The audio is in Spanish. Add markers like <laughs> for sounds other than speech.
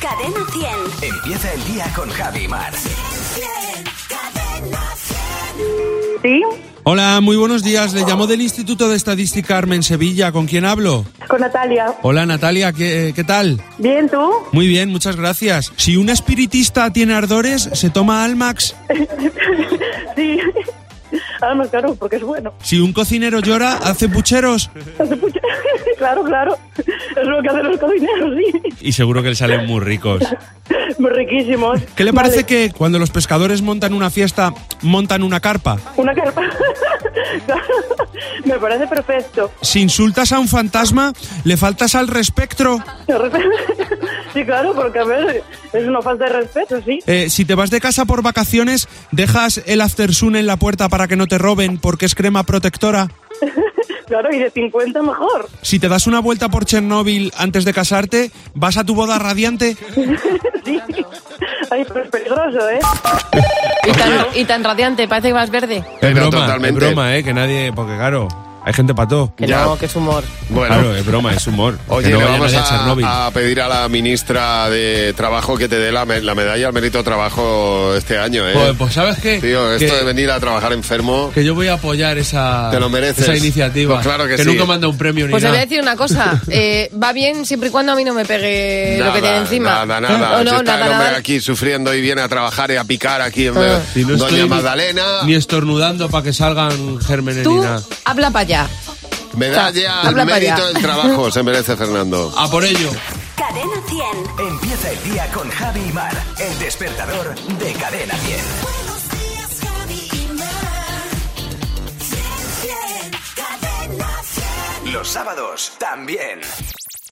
Cadena 100. Empieza el día con Javi Mar. ¿Sí? Hola, muy buenos días. Le llamo del Instituto de Estadística Armen Sevilla. ¿Con quién hablo? Con Natalia. Hola, Natalia. ¿Qué, qué tal? ¿Bien tú? Muy bien, muchas gracias. Si un espiritista tiene ardores, ¿se toma Almax? sí. Ah, no, claro, porque es bueno. Si un cocinero llora, ¿hace pucheros? Hace pucha- <laughs> claro, claro. Es lo que hacen los cocineros, sí. Y seguro que le salen muy ricos. Muy riquísimos. ¿Qué le parece Vale, que cuando los pescadores montan una fiesta, montan una carpa? Una carpa. <laughs> Me parece perfecto. Si insultas a un fantasma, ¿le faltas al respecto? De repente- <laughs> Sí, claro, porque a ver, es una falta de respeto, sí. Eh, si te vas de casa por vacaciones, ¿dejas el aftersun en la puerta para que no te roben porque es crema protectora? Claro, y de 50 mejor. <laughs> Si te das una vuelta por Chernóbil antes de casarte, ¿vas a tu boda radiante? Sí. Ay, pero es peligroso, ¿eh? Y tan, y tan radiante, parece que vas verde. Pero totalmente. es broma, ¿eh? Que nadie... Porque claro, hay gente pató. Que Ya. no, que es humor. Bueno. Claro, es broma, es humor. <laughs> Oye, Que no le vaya vamos nadie a Chernóbil. a, a pedir a la ministra de Trabajo que te dé la, me- la medalla al mérito trabajo este año, ¿eh? Pues, pues, ¿sabes qué? Tío, esto que, de venir a trabajar enfermo... que yo voy a apoyar esa, Te lo mereces. esa iniciativa. Pues claro que sí. nunca manda un premio Pues ni te voy a nada. decir una <laughs> cosa. eh, va bien siempre y cuando a mí no me pegue Eh, lo que tiene encima. Nada, nada. O no, Si está nada, el hombre nada. aquí sufriendo y viene a trabajar y a picar aquí en Si no estoy Doña ni- Magdalena. Ni estornudando para que salgan gérmenes ni Tú nada. habla para allá. Medalla al Habla para mérito allá. del trabajo se merece Fernando. A por ello. Cadena 100. Empieza el día con Javi y Mar. El despertador de Cadena 10. Buenos días, Javi y Mar. Bien, bien, cadena 100. Los sábados también.